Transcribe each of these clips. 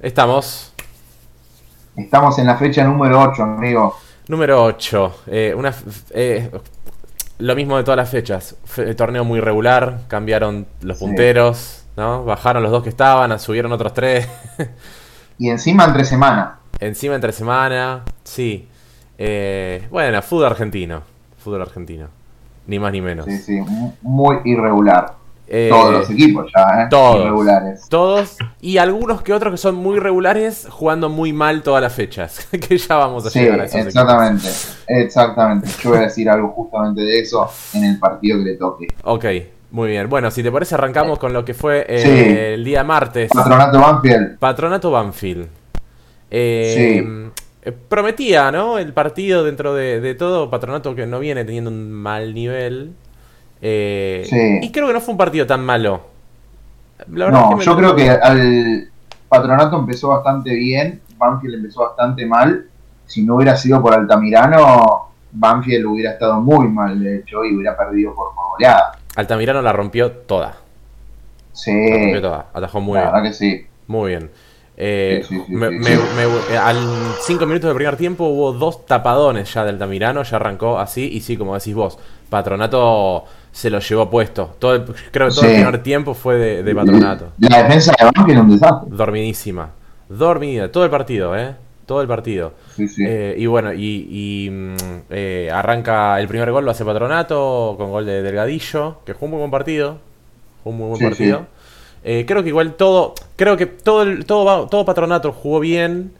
Estamos. Estamos en la fecha número 8, amigo. Número 8. eh, una, f- eh, lo mismo de todas las fechas. Fe- torneo muy regular. Cambiaron los Sí. punteros. ¿no? Bajaron los dos que estaban. Subieron otros tres. Y encima entre semanas. Encima entre semana. Sí. Eh, bueno, fútbol argentino. Fútbol argentino. Ni más ni menos. Sí, sí, mu- muy irregular. Eh, todos los equipos ya, ¿eh? todos. Irregulares. Todos y algunos que otros que son muy regulares jugando muy mal todas las fechas. que ya vamos a Sí, llegar a esos equipos. exactamente. Exactamente. Yo voy a decir algo justamente de eso en el partido que le toque. Ok, muy bien. Bueno, si te parece, arrancamos con lo que fue eh, Sí. el día martes. Patronato Banfield. Patronato Banfield. Eh, eh, Prometía, ¿no? El partido dentro de, de todo. Patronato que no viene teniendo un mal nivel. Eh, Sí. Y creo que no fue un partido tan malo. La verdad No, es que me- yo creo que al Patronato empezó bastante bien. Banfield empezó bastante mal. Si no hubiera sido por Altamirano, Banfield hubiera estado muy mal, de hecho, y hubiera perdido por goleada. Altamirano la rompió toda. La Sí, rompió toda. Atajó muy Eh, la bien. verdad que sí. Muy bien. Eh, Sí, sí, sí, me- sí. me- me- eh, al 5 minutos del primer tiempo hubo dos tapadones ya del Tamirano, ya arrancó así, y sí, como decís vos, Patronato se lo llevó puesto. Todo el- creo que todo el Sí. primer tiempo fue de, de Patronato. La defensa de Banfield es un desastre. Dormidísima. Dormida, todo el partido, ¿eh? Todo el partido. Sí, sí. Eh, y bueno, y, y, mm, eh, arranca el primer gol, lo hace Patronato, con gol de Delgadillo, que fue un muy buen partido. Fue un muy buen Sí, partido. sí. Eh, creo que igual todo, creo que todo, el- todo, va- todo Patronato jugó bien.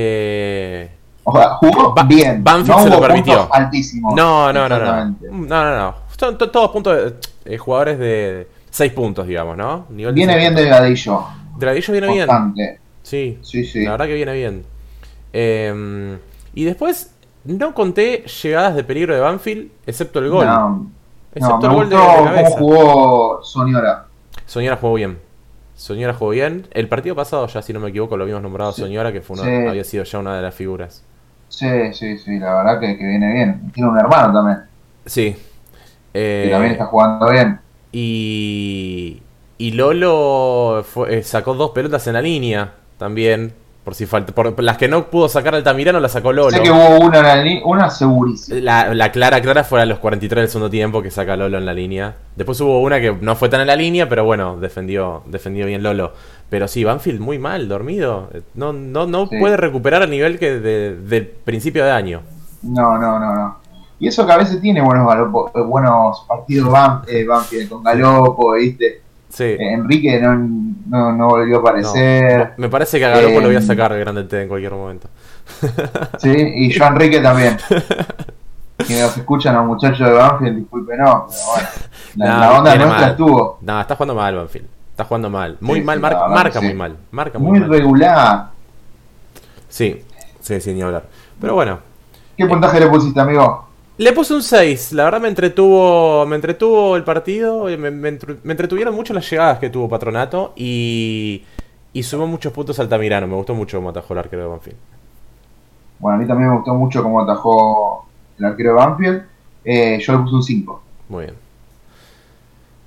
Eh, O sea, jugó Ba- bien. Banfield no se lo hubo permitió. puntos altísimos. no, no, no, no, no, Exactamente. no, no. Son to- todos puntos, de- eh, jugadores de 6 puntos, digamos, ¿no? Nivel de Viene seis bien puntos. delgadillo. Delgadillo viene bien. Constante. Sí, Sí, sí. La verdad que viene bien. Eh, y después no conté llegadas de peligro de Banfield, excepto el gol. No, no, excepto me el gol de, gustó de cómo cabeza. jugó Soñora. Soñora jugó bien. Soñora jugó bien. El partido pasado ya, si no me equivoco, lo habíamos nombrado Sí. Soñora, que fue una- Sí. había sido ya una de las figuras. Sí, sí, sí, la verdad que, que viene bien. Tiene un hermano también, Sí. Eh, que también está jugando bien. y, y Lolo fue- eh, sacó dos pelotas en la línea también. Por si falta. Por, las que no pudo sacar Altamirano las sacó Lolo. Sé que hubo una, en la li- una segurísima. La, la clara, clara fue a los 43 del segundo tiempo que saca Lolo en la línea. Después hubo una que no fue tan en la línea, pero bueno, defendió, defendió bien Lolo. Pero sí, Banfield muy mal, dormido. No, no, no Sí. puede recuperar el nivel que de- del principio de año. No, no, no, no. Y eso que a veces tiene buenos galopo- eh, buenos partidos Ban- eh, Banfield con Galopo, ¿viste? Sí. Eh, Enrique no, no, no volvió a No. aparecer. Me parece que a Galopo Eh, lo voy a sacar de Grande T en cualquier momento. Sí, y yo a Enrique también. Quienes nos escuchan a los muchachos de Banfield, disculpe, no, pero bueno. La, No, la onda viene nuestra mal. estuvo No, está jugando mal, Banfield. Está jugando mal. Muy Sí, mal, sí, marca- la verdad marca que muy sí. mal. Marca muy, muy mal. regular. Sí, sí, sin ni hablar. Pero bueno, ¿Qué Eh. puntaje le pusiste, amigo? Le puse un 6, la verdad me entretuvo, me entretuvo el partido, eh, me, me entru- me entretuvieron mucho las llegadas que tuvo Patronato y, y sumó muchos puntos Altamirano, me gustó mucho como atajó el arquero de Banfield. Bueno, a mí también me gustó mucho cómo atajó el arquero de Banfield. Eh, yo le puse un 5. Muy bien.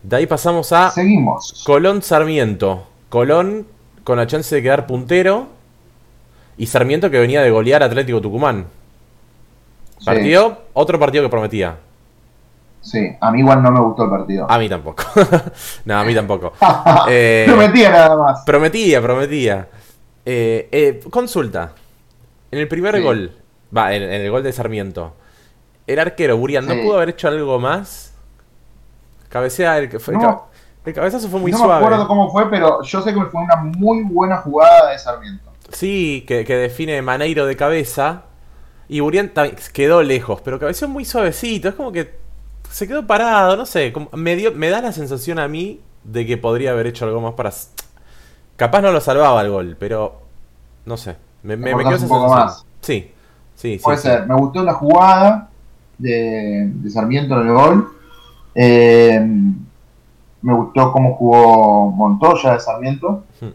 De ahí pasamos a Seguimos. Colón Sarmiento. Colón con la chance de quedar puntero y Sarmiento que venía de golear a Atlético Tucumán. Sí, Partido, otro partido que prometía. sí, a mí igual no me gustó el partido. A mí tampoco. no, a mí tampoco. Ah, Eh, No metía nada más. Prometía, prometía. Eh, eh, consulta. En el primer Sí. gol, va, en, en el gol de Sarmiento, el arquero Burian no Sí. pudo haber hecho algo más. Cabecea, el, que fue- No. el ca- el cabezazo fue muy no me suave. acuerdo cómo fue, pero yo sé que fue una muy buena jugada de Sarmiento. Sí, que, que define Maneiro de cabeza. Y Burian ta- quedó lejos, pero cabeceó muy suavecito. Es como que se quedó parado, no sé. como- me, dio- me da la sensación a mí de que podría haber hecho algo más para. s- Capaz no lo salvaba el gol, pero. No sé. Me, me, me quedó esa Aportás un poco sensación. más. Sí, sí, sí. Puede sí. ser. Me gustó la jugada de, de Sarmiento en el gol. Eh, me gustó cómo jugó Montoya de Sarmiento. Ujú.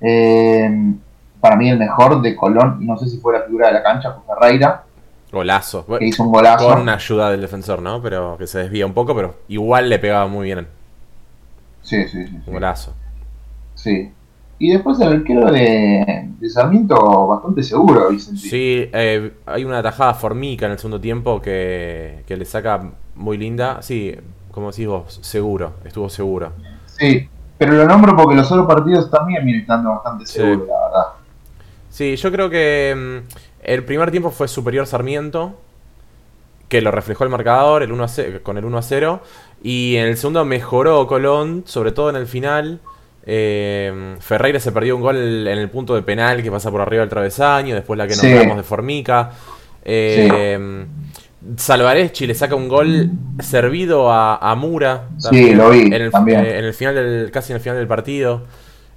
Eh, para mí el mejor de Colón, no sé si fue la figura de la cancha, fue Ferreira, Golazo. que Bueno, hizo un golazo. con ayuda del defensor, ¿no? Pero que se desvía un poco, pero igual le pegaba muy bien. Sí, sí, sí. sí. Un golazo. Sí. Y después el arquero de, de Sarmiento bastante seguro, Vicente. Sí, eh, hay una tajada formica en el segundo tiempo que, que le saca muy linda. Sí, como decís vos, seguro, estuvo seguro. Sí, pero lo nombro porque los otros partidos también vienen estando bastante Sí. seguros, la verdad. Sí, yo creo que mm, el primer tiempo fue superior Sarmiento, que lo reflejó el marcador el 1 a 0 con el 1 a 0. Y en el segundo mejoró Colón, sobre todo en el final. Eh, Ferreira se perdió un gol en el punto de penal que pasa por arriba del travesaño, después la que Sí. nombramos de Formica. Eh, Salvarezchi le saca un gol servido a, a Mura. Sí, lo vi, En el, también. eh, en el final del, casi en el final del partido.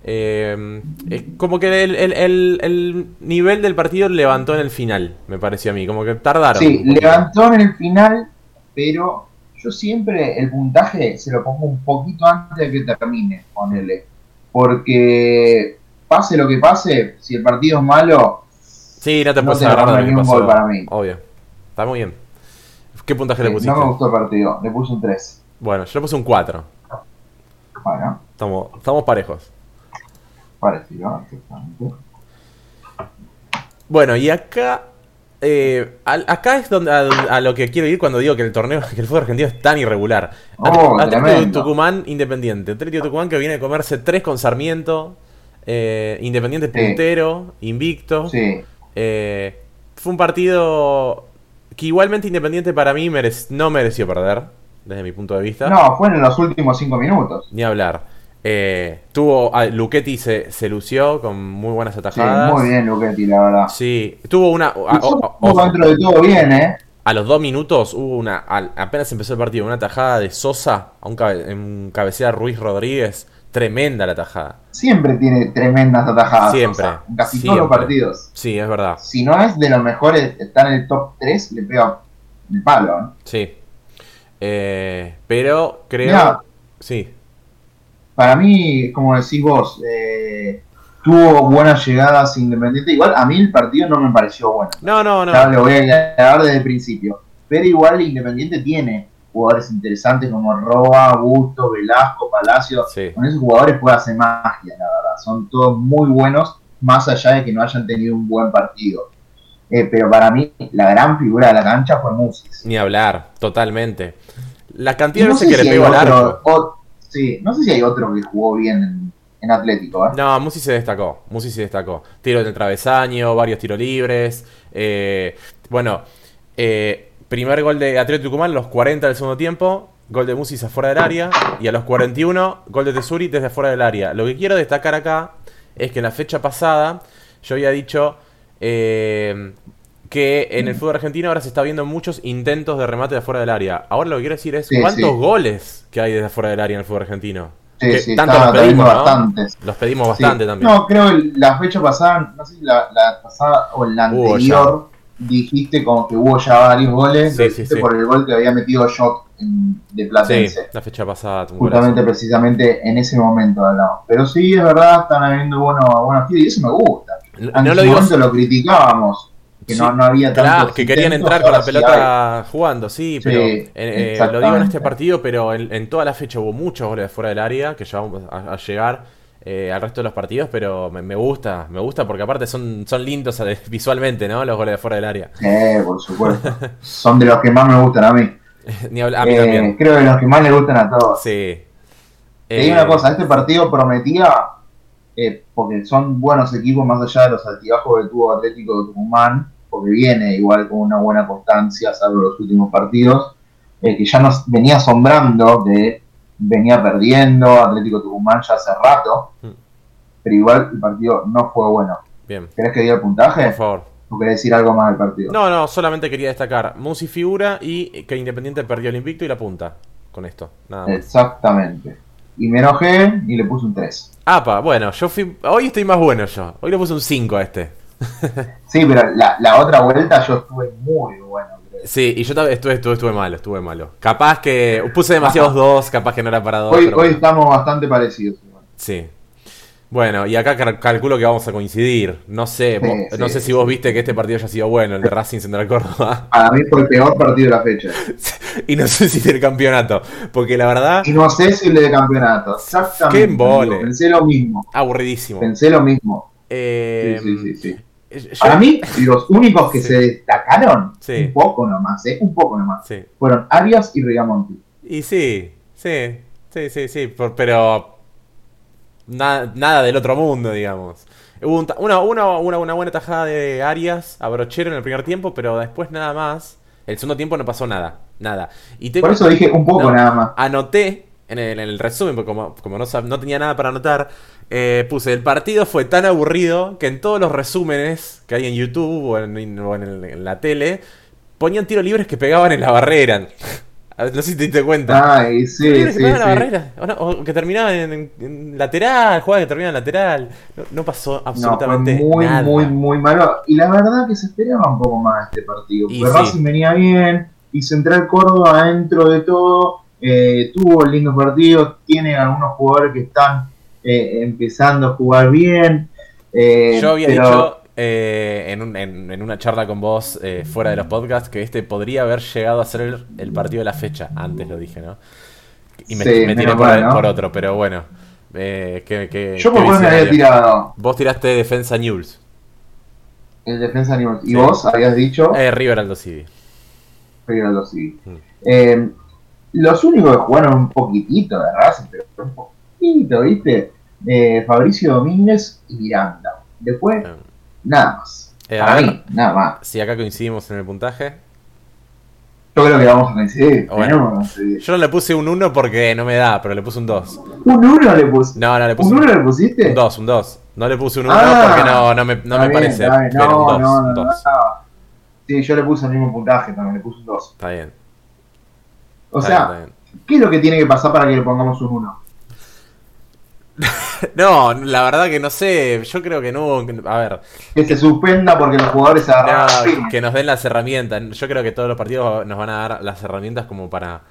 Eh, es como que el, el- el- el nivel del partido levantó en el final, me pareció a mí. Como que tardaron. Sí, un poquito. levantó en el final, pero yo siempre el puntaje se lo pongo un poquito antes de que termine, ponele. Porque pase lo que pase, si el partido es malo, Sí, no te No puedes te agarrar agarra de lo que ni un pasó. gol para mí. Obvio. Está muy bien. ¿Qué puntaje le eh, pusiste? no me gustó el partido, le puse un 3. Bueno, yo le puse un 4. Bueno, Estamos, estamos parejos. parecido, exactamente. Bueno, y acá. eh, al- acá es donde, a, a lo que quiero ir cuando digo que el torneo, que el fútbol argentino es tan irregular. Oh, Atlético tremendo. Tucumán Independiente. Atlético Tucumán que viene a comerse 3 con Sarmiento. eh, Independiente Sí. puntero, invicto. Sí, Eh, fue un partido que igualmente Independiente para mí merec- no mereció perder, desde mi punto de vista. no, fueron los últimos 5 minutos. Ni hablar. Eh, tuvo, ah, Luchetti se, se lució con muy buenas Sí, atajadas. muy bien, Luquetti, la verdad. Sí, tuvo una... a- Ah, o- o- Estuvo ojo, dentro de todo bien, ¿eh? a los dos minutos hubo una... al- apenas empezó el partido, una tajada de Sosa a un, cabe- en un cabecea Ruiz Rodríguez. Tremenda la tajada. Siempre tiene tremendas atajadas. Siempre, o sea, en casi todos los siempre. partidos. Sí, es verdad. si no es de los mejores, está en el top 3, le pega el palo. ¿no? Sí. Eh, pero creo... Mirá. Sí. Para mí, como decís vos, eh, tuvo buenas llegadas Independiente. Igual a mí el partido no me pareció bueno. No, no, no. Ya lo voy a aclarar desde el principio. Pero igual Independiente tiene jugadores interesantes como Roa, Busto, Velasco, Palacio. Sí. Con esos jugadores puede hacer magia, la verdad. Son todos muy buenos, más allá de que no hayan tenido un buen partido. Eh, pero para mí, la gran figura de la cancha fue Musis. Ni hablar, totalmente. La Y cantidad de no veces sé que si le hay pegó al otro, arco. o- sí, no sé si hay otro que jugó bien en, en Atlético. ¿eh? No, Musi se destacó. Musi se destacó. Tiro del travesaño, varios tiros libres. eh, bueno, eh, primer gol de Atlético Tucumán, los 40 del segundo tiempo. Gol de Musis afuera del área. Y a los 41, gol de Tesuri desde afuera del área. Lo que quiero destacar acá es que en la fecha pasada yo había dicho eh, que en el fútbol argentino ahora se está viendo muchos intentos de remate de afuera del área. Ahora lo que quiero decir es Sí, cuántos sí. goles que hay desde afuera del área en el fútbol argentino. Sí, Que sí, tanto estaba los pedimos, trayendo ¿no? bastantes. Los pedimos Sí. bastante también. No, creo el- la fecha pasada, no sé si la, la pasada o la Hubo anterior, dijiste como que hubo ya varios goles. Sí, sí, lo dijiste sí. por el gol que había metido Shot en- de sí, Platense. la fecha pasada. un golazo. Justamente, precisamente en ese momento hablamos. Pero sí, es verdad, están habiendo buenos buenos tiros y eso me gusta. No, En no su lo digo. momento lo criticábamos, que Sí, no, no había tantos claro, que querían intentos, entrar con la ahora sí hay. pelota jugando, sí, Sí, pero eh, eh, lo digo en exactamente. este partido, pero en, en toda la fecha hubo muchos goles de fuera del área que ya vamos a, a llegar eh, al resto de los partidos, pero me, me gusta, me gusta porque aparte son, son lindos eh, visualmente, ¿no? Los goles de fuera del área. Eh, por supuesto. Son de los que más me gustan a mí. Ni habla- a mí Eh, también. Creo que los que más le gustan a todos. Sí. Te Eh, digo una cosa, este partido prometía, eh, porque son buenos equipos más allá de los altibajos que tuvo Atlético de Tucumán, porque viene igual con una buena constancia, salvo los últimos partidos, eh, que ya nos venía asombrando de venía perdiendo Atlético de Tucumán ya hace rato, Mm. pero igual el partido no fue bueno. Bien, ¿Querés que diga el por puntaje? favor. ¿O querés decir algo más del partido? No, no, solamente quería destacar Musi figura y que Independiente perdió el invicto y la punta con esto. Nada más. Exactamente. Y me enojé y le puse un 3. Apa, bueno, yo fui. Hoy estoy más bueno yo. Hoy le puse un 5 a este. Sí, pero la, la otra vuelta yo estuve muy bueno. creo. Sí, y yo también estuve, estuve, estuve malo, estuve malo. Capaz que. Puse demasiados dos, capaz que no era para dos. Hoy, pero hoy bueno. estamos bastante parecidos. igual. Sí. Bueno, y acá cal- calculo que vamos a coincidir. No sé, Sí, vos- no sí, sé si vos viste que este partido haya sido bueno, el de Racing Central Córdoba. Para mí fue el peor partido de la fecha. y no sé si del campeonato. Porque la verdad, Y no sé si el de campeonato. Exactamente. Qué embole. amigo, Pensé lo mismo. aburridísimo. Pensé lo mismo. Sí, Eh, sí, sí, sí. yo- Para mí, los únicos que Sí. se destacaron, Sí. un poco nomás, ¿eh? un poco nomás, Sí. fueron Arias y Rigamonti. Y sí, sí, sí, sí, sí, por- pero na- nada del otro mundo, digamos. Hubo un ta- una, una- una- una buena tajada de Arias a Brochero en el primer tiempo, pero después nada más. El segundo tiempo no pasó nada, nada. Y te Por eso dije un poco No. nada más. anoté en el, en el resumen, porque como, como no, sab- no tenía nada para anotar, eh, puse, el partido fue tan aburrido que en todos los resúmenes que hay en YouTube o en, o en el- en la tele, ponían tiros libres que pegaban en la barrera. no sé si te diste cuenta. Ay, sí, Tiene sí, que sí. pegar la barrera. O, no, o que terminaba en, en- en lateral, jugaba que terminaba en lateral. No, no pasó No, fue absolutamente muy, nada. muy, muy malo. Y la verdad que se esperaba un poco más este partido. Y Porque sí. Racing venía bien y Central Córdoba dentro de todo eh, tuvo lindos partidos, tiene algunos jugadores que están eh, empezando a jugar bien. eh, Yo había pero- dicho eh, en, un- en- en una charla con vos eh, fuera de los podcasts que este podría haber llegado a ser el, el partido de la fecha. Antes lo dije, ¿no? Y me, Sí, me menos tiré por, mal, ¿no? por otro, pero bueno. Eh, qué- qué- Yo qué por lo menos me había visionario. tirado Vos tiraste defensa News. el defensa Animal. Y Sí. vos habías dicho. Eh, River Aldo City. pero lo sí. Mm. Eh, los únicos que jugaron un poquitito de Racing, pero un poquitito, ¿viste? Eh, Fabricio Domínguez y Miranda. Después, Eh, nada más. Eh, a Para ver. mí, nada más. Si acá coincidimos en el puntaje. Yo creo que vamos a coincidir. Bueno. tenemos que coincidir. Yo no le puse un 1 porque no me da, pero le puse un 2. ¿Un 1 le pusiste? No, no, le puse ¿Un 1 le pusiste? Un 2, un 2. No le puse un 1 Ah. porque no, no me, no Está me bien, parece. está bien. pero No, un 2, no, no, un 2. no, Sí, yo le puse el mismo puntaje también, le puse un 2. Está bien. O está sea, bien, está ¿qué es lo que tiene que pasar para que le pongamos un 1? bien. No, la verdad que no sé. Yo creo que no. A ver. Que se suspenda porque los jugadores agarraron no, firme. que nos den las herramientas. Yo creo que todos los partidos nos van a dar las herramientas como para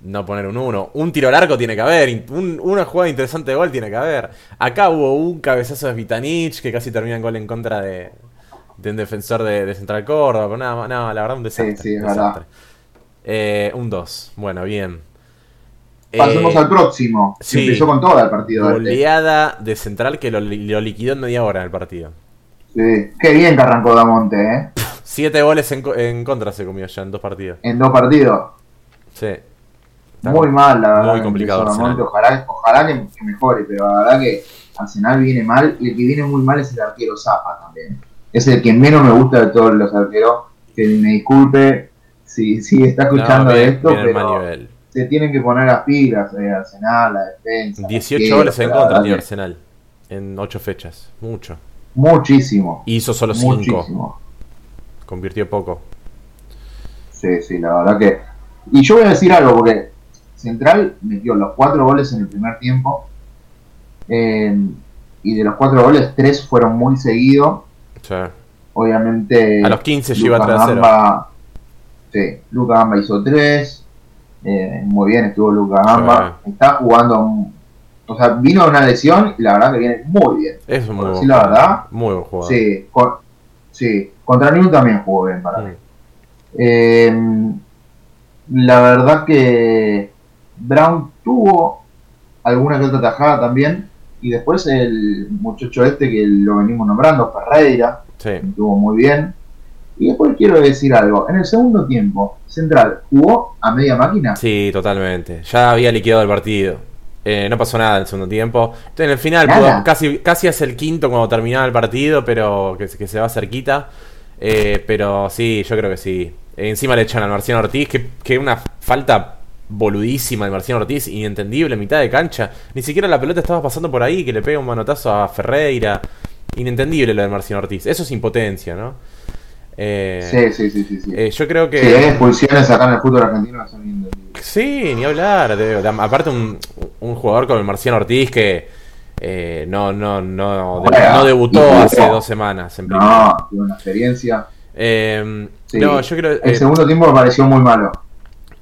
no poner un 1. Un tiro largo tiene que haber. un- una jugada interesante de gol tiene que haber. Acá hubo un cabezazo de Vitanich que casi termina en gol en contra de, de un defensor de, de Central Córdoba. Pero nada, más- no, la verdad, un desastre. Sí, sí, es un verdad. desastre. Eh, un 2. Bueno, bien. Pasemos Eh, al próximo. que sí. Empezó con toda el partido. este. Goleada de Central que lo, li- lo liquidó en media hora el partido. Sí, qué bien que arrancó Damonte, ¿eh? Siete goles en, co- en contra se comió ya en dos partidos. En dos partidos. Sí. Está Muy com- mal, la muy verdad. que complicado empezó Damonte. Arsenal. Ojalá, ojalá que, que mejore, pero la verdad que Arsenal viene mal. Y el que viene muy mal es el arquero Zapa también. Es el que menos me gusta de todos los arqueros. Que me disculpe si, si está escuchando No, bien- esto, bien el mal pero nivel. se tienen que poner las pilas, eh, Arsenal, la defensa. los 18 arqueros, goles en la contra verdad tío que Arsenal. En 8 fechas. Mucho. Muchísimo. Y hizo solo 5. Muchísimo. Convirtió poco. Sí, sí, la verdad que. Y yo voy a decir algo, porque Central metió los cuatro goles en el primer tiempo. eh, y de los cuatro goles, tres fueron muy seguidos. O sea, Obviamente. a los 15 Lucas lleva 3 a 0. Gamba- Sí, Luca Gamba hizo tres. eh, muy bien estuvo Luca Gamba. Está jugando. un- O sea, vino de una lesión y la verdad que viene muy bien. Es un muy Por buen decir la jugador. verdad, Muy buen jugador. Sí, con- sí, contra Newell también jugó bien para mí. Mm. Eh, la verdad que Brown tuvo alguna que otra tajada también. Y después el muchacho este que lo venimos nombrando, Ferreira, Sí. que estuvo muy bien. Y después quiero decir algo. En el segundo tiempo, Central jugó a media máquina. Sí, totalmente. Ya había liquidado el partido. Eh, no pasó nada en el segundo tiempo. En el final, Nada. pudo- casi, casi hace el quinto cuando terminaba el partido, pero que, se- que se va cerquita. Eh, pero sí, yo creo que sí. Encima le echan al Marciano Ortiz, que, que una falta boludísima de Marciano Ortiz, inentendible, mitad de cancha. Ni siquiera la pelota estaba pasando por ahí, que le pega un manotazo a Ferreira. Inentendible lo de Marciano Ortiz. Eso es impotencia, ¿no? Eh, Sí, sí, sí, sí. sí. eh, yo creo que... Sí, hay expulsiones acá en el fútbol argentino que son inentendibles. Sí, ni hablar. de- de- aparte, un, un jugador como el Marciano Ortiz que eh, no, no, no, de- Juega. no Y debutó jugó. hace dos semanas en primera. No, tuvo una experiencia. Eh, Sí. No, yo creo El eh, segundo tiempo me pareció muy malo.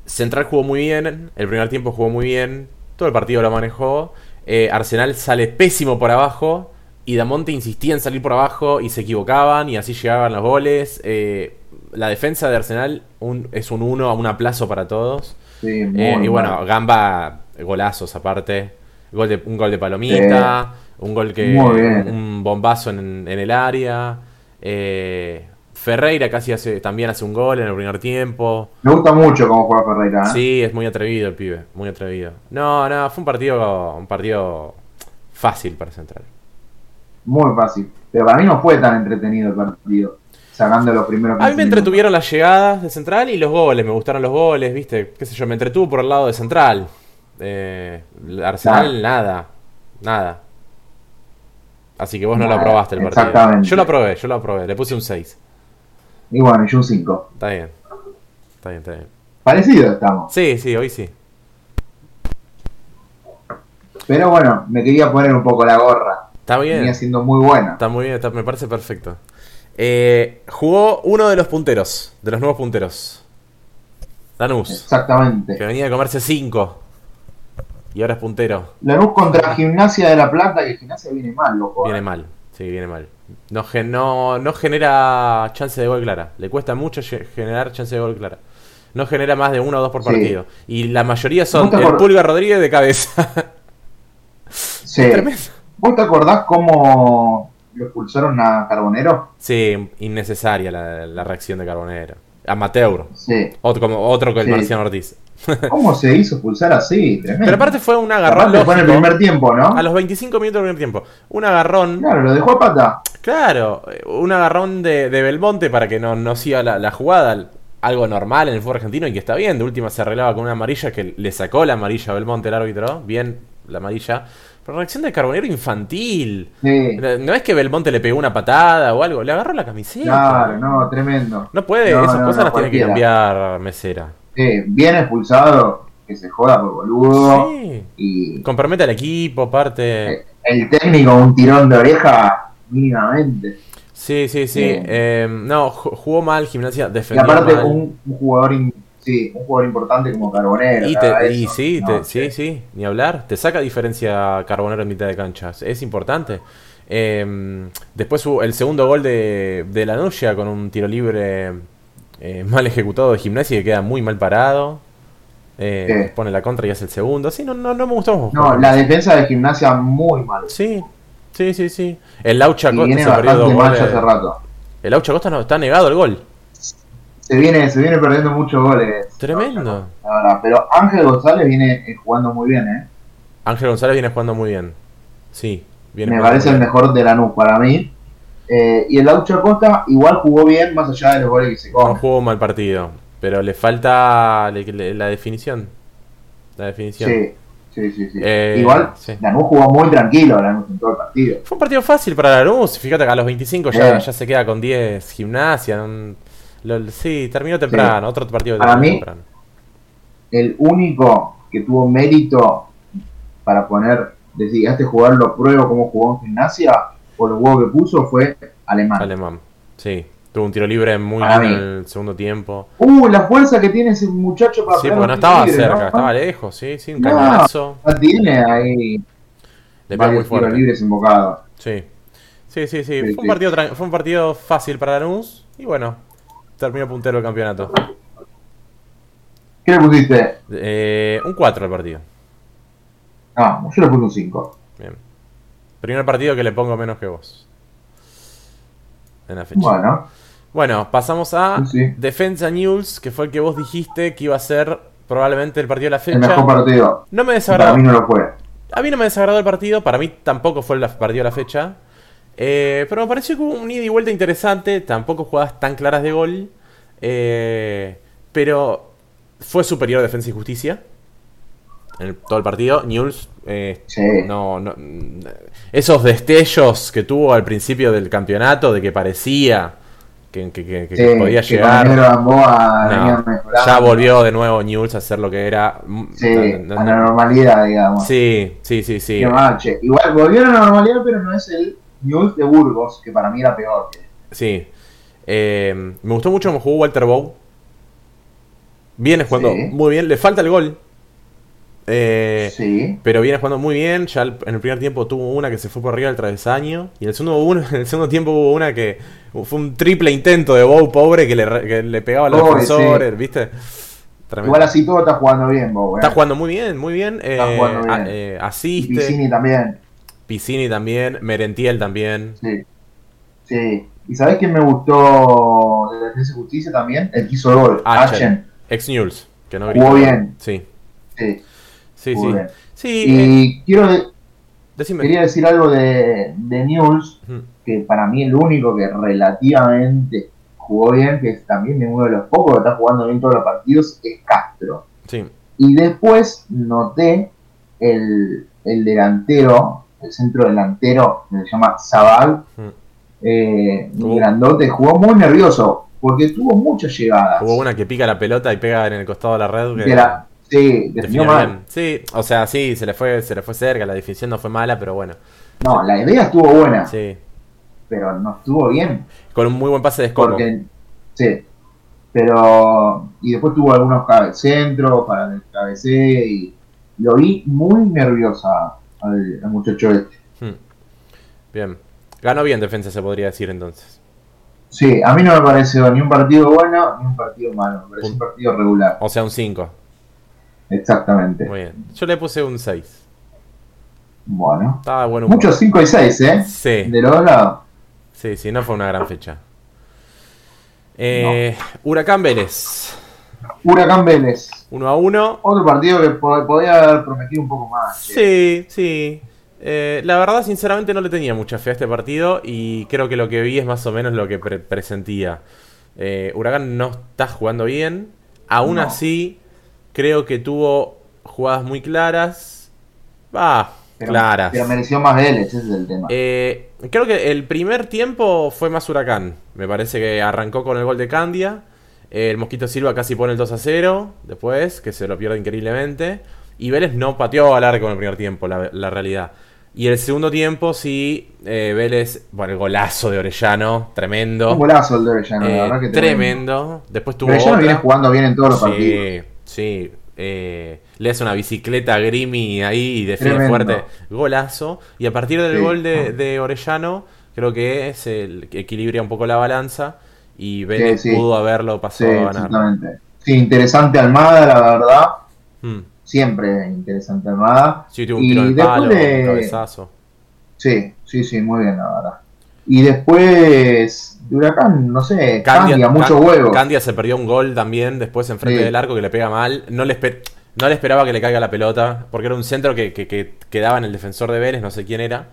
Central jugó muy bien, el primer tiempo jugó muy bien, todo el partido lo manejó. Eh, Arsenal sale pésimo por abajo. Y Damonte insistía en salir por abajo y se equivocaban y así llegaban los goles. Eh, la defensa de Arsenal un- es un 1 a un aplazo para todos. Sí, muy Eh, y bueno, mal. Gamba, golazos aparte. Gol de, un gol de Palomita, un gol que. Muy bien. Un bombazo en, en el área. Eh, Ferreira casi hace, también hace un gol en el primer tiempo. Me gusta mucho cómo juega Ferreira. ¿eh? Sí, es muy atrevido el pibe, muy atrevido. No, no, fue un partido, un partido fácil para Central. Muy fácil. Pero para mí no fue tan entretenido el partido. Sacando los primeros A mí me 15 minutos. entretuvieron las llegadas de Central y los goles, me gustaron los goles, viste, qué sé yo, me entretuvo por el lado de Central. Eh, Arsenal, nada, nada. Así que vos no lo Nada, aprobaste el partido. exactamente. Yo lo aprobé, yo lo aprobé, le puse un 6. Y bueno, yo un 5. Está bien, está bien, está bien. Parecido estamos. Sí, sí, hoy sí. Pero bueno, me quería poner un poco la gorra. Está bien. Venía siendo muy buena. Está muy bien, está- me parece perfecto. Eh, jugó uno de los punteros, de los nuevos punteros. Danús, que Exactamente. venía de comerse 5. Y ahora es puntero. Lanús contra Gimnasia de la Plata, que Gimnasia viene mal, loco. ¿eh? Viene mal, sí, viene mal. No, gen- no, no genera chance de gol clara. Le cuesta mucho ge- generar chance de gol clara. No genera más de uno o dos por Sí. partido. Y la mayoría son Nunca el por- Pulga Rodríguez de cabeza. Sí. Tremendo. ¿Vos te acordás cómo lo expulsaron a Carbonero? Sí, innecesaria la, la reacción de Carbonero. Amateur. Sí. Otro, como, otro que el Sí. Marciano Ortiz. ¿Cómo se hizo expulsar así? Tremendo. Pero aparte fue un agarrón Aparte fue en el lógico. primer tiempo, ¿no? A los 25 minutos del primer tiempo. Un agarrón. Claro, lo dejó a pata. Claro, eh, un agarrón de, de Belmonte para que no, no siga la, la jugada. Algo normal en el fútbol argentino y que está bien. De última se arreglaba con una amarilla que le sacó la amarilla a Belmonte el árbitro. Bien, la amarilla. Pero reacción de Carbonero infantil. Sí. No es que Belmonte le pegó una patada o algo. Le agarró la camiseta. Claro, no, tremendo. No puede, No, esas no, cosas no, las tiene que cualquiera. cambiar mesera. Sí, bien expulsado, que se joda por boludo. Sí. Y eh, Compromete al equipo, aparte. el técnico un tirón de oreja mínimamente. Sí, sí, sí. Bien. Eh, no, ju- jugó mal gimnasia, Y defendió aparte mal. un, un jugador in- sí, un jugador importante como Carbonero. Y, te- nada de y eso. sí, No, te- sí, sí, ni hablar. Te saca diferencia Carbonero en mitad de cancha. Es importante. Eh, después hubo el segundo gol de, de Lanús llega con un tiro libre eh, mal ejecutado de gimnasia que queda muy mal parado. Eh, Sí. Pone la contra y hace el segundo. Sí, no, no, no me gustó. No, la defensa de gimnasia muy mal. Sí, sí, sí, sí. El Laucha Y Costa viene se perdió dos bastante mal goles. ya hace rato. El Laucha Costa no, está negado el gol. Se viene, se viene perdiendo muchos goles. Tremendo. La verdad. Pero Ángel González viene eh, jugando muy bien, ¿eh? Ángel González viene jugando muy bien. Sí, viene me jugando parece muy el bien. mejor de Lanús para mí. Eh, y el Laucha Costa igual jugó bien, más allá de los goles que se No comen. jugó un mal partido, pero le falta le- le- la definición. La definición. Sí, sí, sí. sí. Eh, igual sí. Lanús jugó muy tranquilo Lanús en todo el partido. Fue un partido fácil para Lanús. Fíjate que a los 25 ya, Eh. ya se queda con 10 gimnasia. un- lo- sí, terminó temprano. Otro partido que Para terminó mí- temprano. El único que tuvo mérito para poner, decir, a este jugador lo pruebo como jugó en gimnasia, por los huevos que puso, fue Alemán. Alemán. Sí, tuvo un tiro libre muy ah. Para bien mí. en el segundo tiempo. Uh, la fuerza que tiene ese muchacho para Sí, pegar porque no los estaba tiros libres, cerca, ¿no? estaba lejos. Sí, sí, un No. cañonazo. Ya tiene ahí Le pegó muy varios tiros fuerte. libres invocados. Sí. Sí, sí, sí. Sí, fue, un sí. partido tran- fue un partido fácil para Lanús. Y bueno, terminó puntero el campeonato. ¿Qué le pusiste? Eh, un 4 al partido. No, yo le puse un 5. Bien. Primer partido que le pongo menos que vos. En la fecha. Bueno, Bueno, pasamos a Sí, sí. Defensa News, que fue el que vos dijiste que iba a ser probablemente el partido de la el fecha. mejor partido. No me Para desagradó. mí no lo fue. A mí no me desagradó el partido, para mí tampoco fue el la- partido de la fecha. Eh, pero me pareció que hubo un ida y vuelta interesante, tampoco jugadas tan claras de gol. Eh, pero fue superior Defensa y Justicia en el- todo el partido. News eh, Sí. no, no- mm, esos destellos que tuvo al principio del campeonato de que parecía que, que- que- que Sí, podía Eh, que llegar. Negro Gamboa No, venía mejorando. ya volvió de nuevo News a ser lo que era. Mm, Sí, no- no- a la normalidad, digamos. sí, sí, sí, sí. Qué mal, che. Igual volvió a la normalidad, pero no es el News de Burgos, que para mí era peor. Sí. Eh, me gustó mucho cómo jugó Walter Bow. Viene jugando Sí. muy bien. Le falta el gol. Eh, Sí. Pero viene jugando muy bien. Ya el- en el primer tiempo tuvo una que se fue por arriba del travesaño. Y en el segundo, hubo una- en el segundo tiempo hubo una que fue un triple intento de Bow pobre que le, re- que le pegaba a los Pobre, defensores, ¿viste? Tremendo. Igual así todo está jugando bien, Bowen. Está jugando muy bien, muy bien. Está eh, jugando a- bien. eh, Y asiste. Piscini. Piccini también. también. Merentiel también. Sí. Sí. ¿Y sabés quién me gustó de Defensa y Justicia también? El que hizo el gol. Archer. Archen. Ex News. Que no Jugó gritó. bien. Sí, Sí. sí, jugó sí. bien. Sí, eh, Y quiero de- decime. quería decir algo de, de News, Ujú. que para mí el único que relativamente jugó bien, que es también de uno de los pocos que está jugando bien todos los partidos, es Castro. Sí, Y después noté el, el delantero, el centro delantero, que se llama Zabal, Mm. eh, un Tuvo- grandote, jugó muy nervioso, porque tuvo muchas llegadas. Hubo una que pica la pelota y pega en el costado de la red. Que la- sí, definió Definió mal. bien. Sí, o sea, sí, se le fue, se le fue cerca, la definición no fue mala, pero bueno. No, la idea estuvo buena, Sí. pero no estuvo bien. Con un muy buen pase de Escomo. Porque, sí, pero, y después tuvo algunos cabecentros para el cabecé y lo vi muy nerviosa al, al muchacho este. Hmm. Bien. Ganó bien defensa, se podría decir entonces. Sí, a mí no me pareció ni un partido bueno ni un partido malo, me pareció un partido regular. O sea, un 5. Exactamente. Muy bien. Yo le puse un 6. Bueno. Estaba bueno. Muchos 5 y 6, ¿eh? Sí, De los dos lados. sí, sí, no fue una gran fecha. Eh, Huracán Vélez. Huracán Vélez. 1 a 1. Otro partido que po- podía haber prometido un poco más. ¿eh? Sí, sí. Eh, la verdad, sinceramente, no le tenía mucha fe a este partido y creo que lo que vi es más o menos lo que pre- presentía. Eh, Huracán no está jugando bien. Aún No. así, creo que tuvo jugadas muy claras. Va, Pero, claras. pero mereció más Vélez, ese es el tema. Eh, creo que el primer tiempo fue más Huracán. Me parece que arrancó con el gol de Candia. Eh, el Mosquito Silva casi pone el 2 a 0. Después, que se lo pierde increíblemente. Y Vélez no pateó al arco en el primer tiempo, la, la realidad. Y el segundo tiempo, sí, eh, Vélez, bueno, el golazo de Orellano, un tremendo. golazo el de Orellano, la Eh, verdad que tremendo. Después tuvo. Orellano viene otra. jugando bien en todos los partidos. Sí, sí. eh, le hace una bicicleta a Grimi ahí y define Tremendo. fuerte. Golazo. Y a partir del Sí. gol de, de Orellano, creo que es el que equilibra un poco la balanza. Y Vélez sí. pudo haberlo pasado Sí, a ganar. exactamente. Sí, interesante Almada, la verdad. Mm. Siempre interesante Almada. Sí, tuvo un Y tiro al después palo, de- un cabezazo. Sí, sí, sí, muy bien, la verdad. Y después, de Huracán, no sé, cambia, mucho Can- huevo. Candia se perdió un gol también después enfrente Sí. del arco que le pega mal. No le, espe- no le esperaba que le caiga la pelota porque era un centro que, que, que quedaba en el defensor de Vélez, no sé quién era.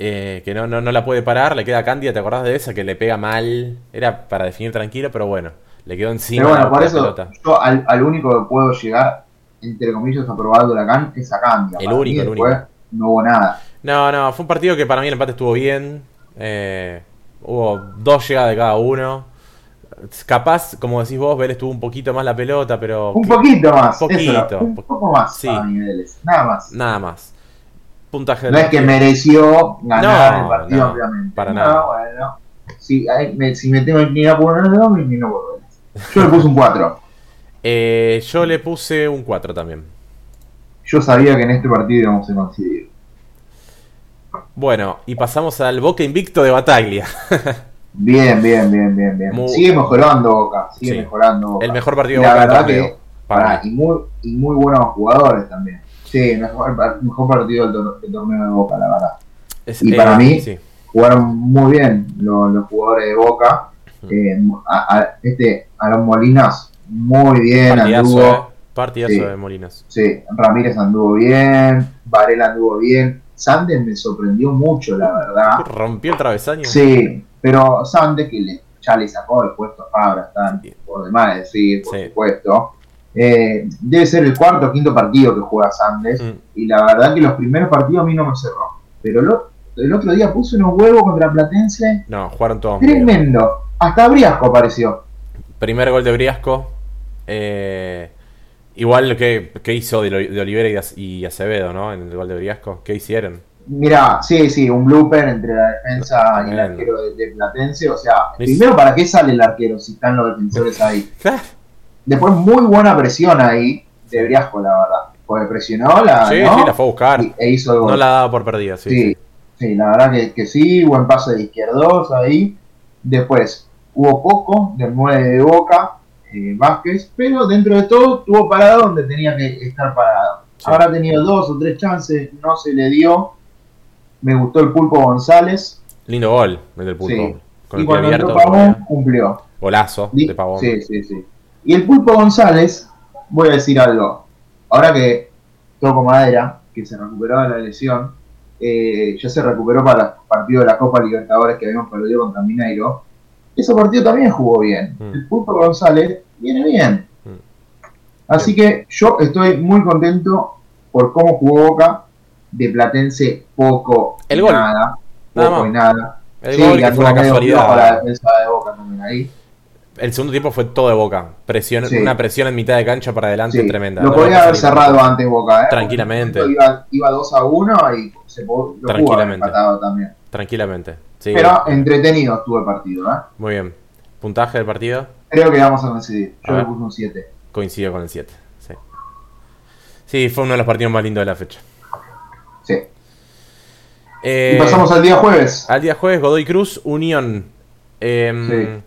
eh, que no, no, no la puede parar, le queda a Candia, ¿te acordás de esa? Que le pega mal. Era para definir tranquilo, pero bueno, le quedó encima Pero la, bueno, por la eso pelota. yo al, al único que puedo llegar, entre comillas, a probar de Huracán es a Candia. El Para único, mí el después único. No hubo nada. No, no, fue un partido que para mí el empate estuvo bien. eh, hubo dos llegadas de cada uno. Capaz, como decís vos, Vélez tuvo un poquito más la pelota, pero Un poquito más. Poquito, eso era, un po- poco más sí. a niveles. Nada más. Nada más. Puntaje del No es que mereció ganar No, el partido, no, obviamente. para No, nada. bueno. Si, ahí me, si me tengo que inclinar por uno de los dos, me inclino por Vélez. Yo le puse un 4. Eh, yo le puse un 4 también. Yo sabía que en este partido íbamos a coincidir. Bueno, y pasamos al Boca Invicto de Bataglia. Bien, bien, bien, bien, bien. Muy- Sigue mejorando Boca, sigue Sí. mejorando Boca. El mejor partido La de Boca del verdad torneo. que, Para pará, mí. y muy, y muy buenos jugadores también. Sí, el mejor, par- mejor partido del, tor- del torneo de Boca, la verdad. Es- eh, y para mí- sí. Jugaron muy bien los, los jugadores de Boca. Eh, a, a- este, Aaron Molinas, muy bien, Partidazo, anduvo. eh. Partidazo Sí. de Molinas. Sí, Ramírez anduvo bien, Varela anduvo bien. Sandes me sorprendió mucho, la verdad. Rompió el travesaño. Sí, pero Sandes que le, ya le sacó el puesto a Fabra, está por demás de decir, por Sí. supuesto. Eh, debe ser el cuarto o quinto partido que juega Sandes. Mm. Y la verdad que los primeros partidos a mí no me cerró. Pero lo- el otro día puso unos huevos contra Platense. No, jugaron todos muy bien. Tremendo. Hasta Briasco apareció. Primer gol de Briasco. Eh, igual que, que hizo de, Lo- de Olivera y de Ace- y Acevedo, ¿no? En el gol de Briasco. ¿Qué hicieron? Mirá, sí, sí, un blooper entre la defensa y el Tremendo. arquero de, de Platense. O sea, Ni- primero, ¿para qué sale el arquero si están los defensores ahí? Claro. Después, muy buena presión ahí de Briasco, la verdad. Porque presionó la. Sí, ¿no? sí, la fue a buscar. Y- e hizo el No gol. la daba por perdida, sí. Sí, sí, la verdad que, que sí, buen pase de izquierdos ahí. Después hubo poco del 9 de Boca, eh, Vázquez, pero dentro de todo tuvo parado donde tenía que estar parado. Sí. Ahora ha tenido dos o tres chances, no se le dio. Me gustó el Pulpo González Lindo gol, el del Pulpo. Sí. Con y el pie cuando entró abierto. Pavón cumplió. Golazo Y- de Pavón. Sí, sí, sí. Y el Pulpo González, voy a decir algo. Ahora que toco madera, que se recuperó de la lesión, eh, ya se recuperó para el partido de la Copa Libertadores que habíamos perdido contra Mineiro. Ese partido también jugó bien. Mm. El Pulpo González viene bien. Mm. Así que yo estoy muy contento por cómo jugó Boca de Platense poco El y gol. nada. Nada Poco más. y nada. El Sí, gol que ganó fue una medio flojo la casualidad. defensa de Boca también ahí. El segundo tiempo fue todo de boca. Presión, Sí. Una presión en mitad de cancha para adelante Sí, tremenda. Lo No podría va a haber salir. cerrado antes Boca, ¿eh? Tranquilamente. Iba, iba 2 a 1 y se po- lo pudo haber Tranquilamente. empatado también. Tranquilamente. Sí. Pero entretenido estuvo el partido, ¿eh? Muy bien. Puntaje del partido Creo que vamos a coincidir. A Yo le ver. puse un 7. coincidió con el 7. Sí. Sí, fue uno de los partidos más lindos de la fecha. Sí. Eh, y pasamos al día jueves. Al día jueves, Godoy Cruz, Unión. Em,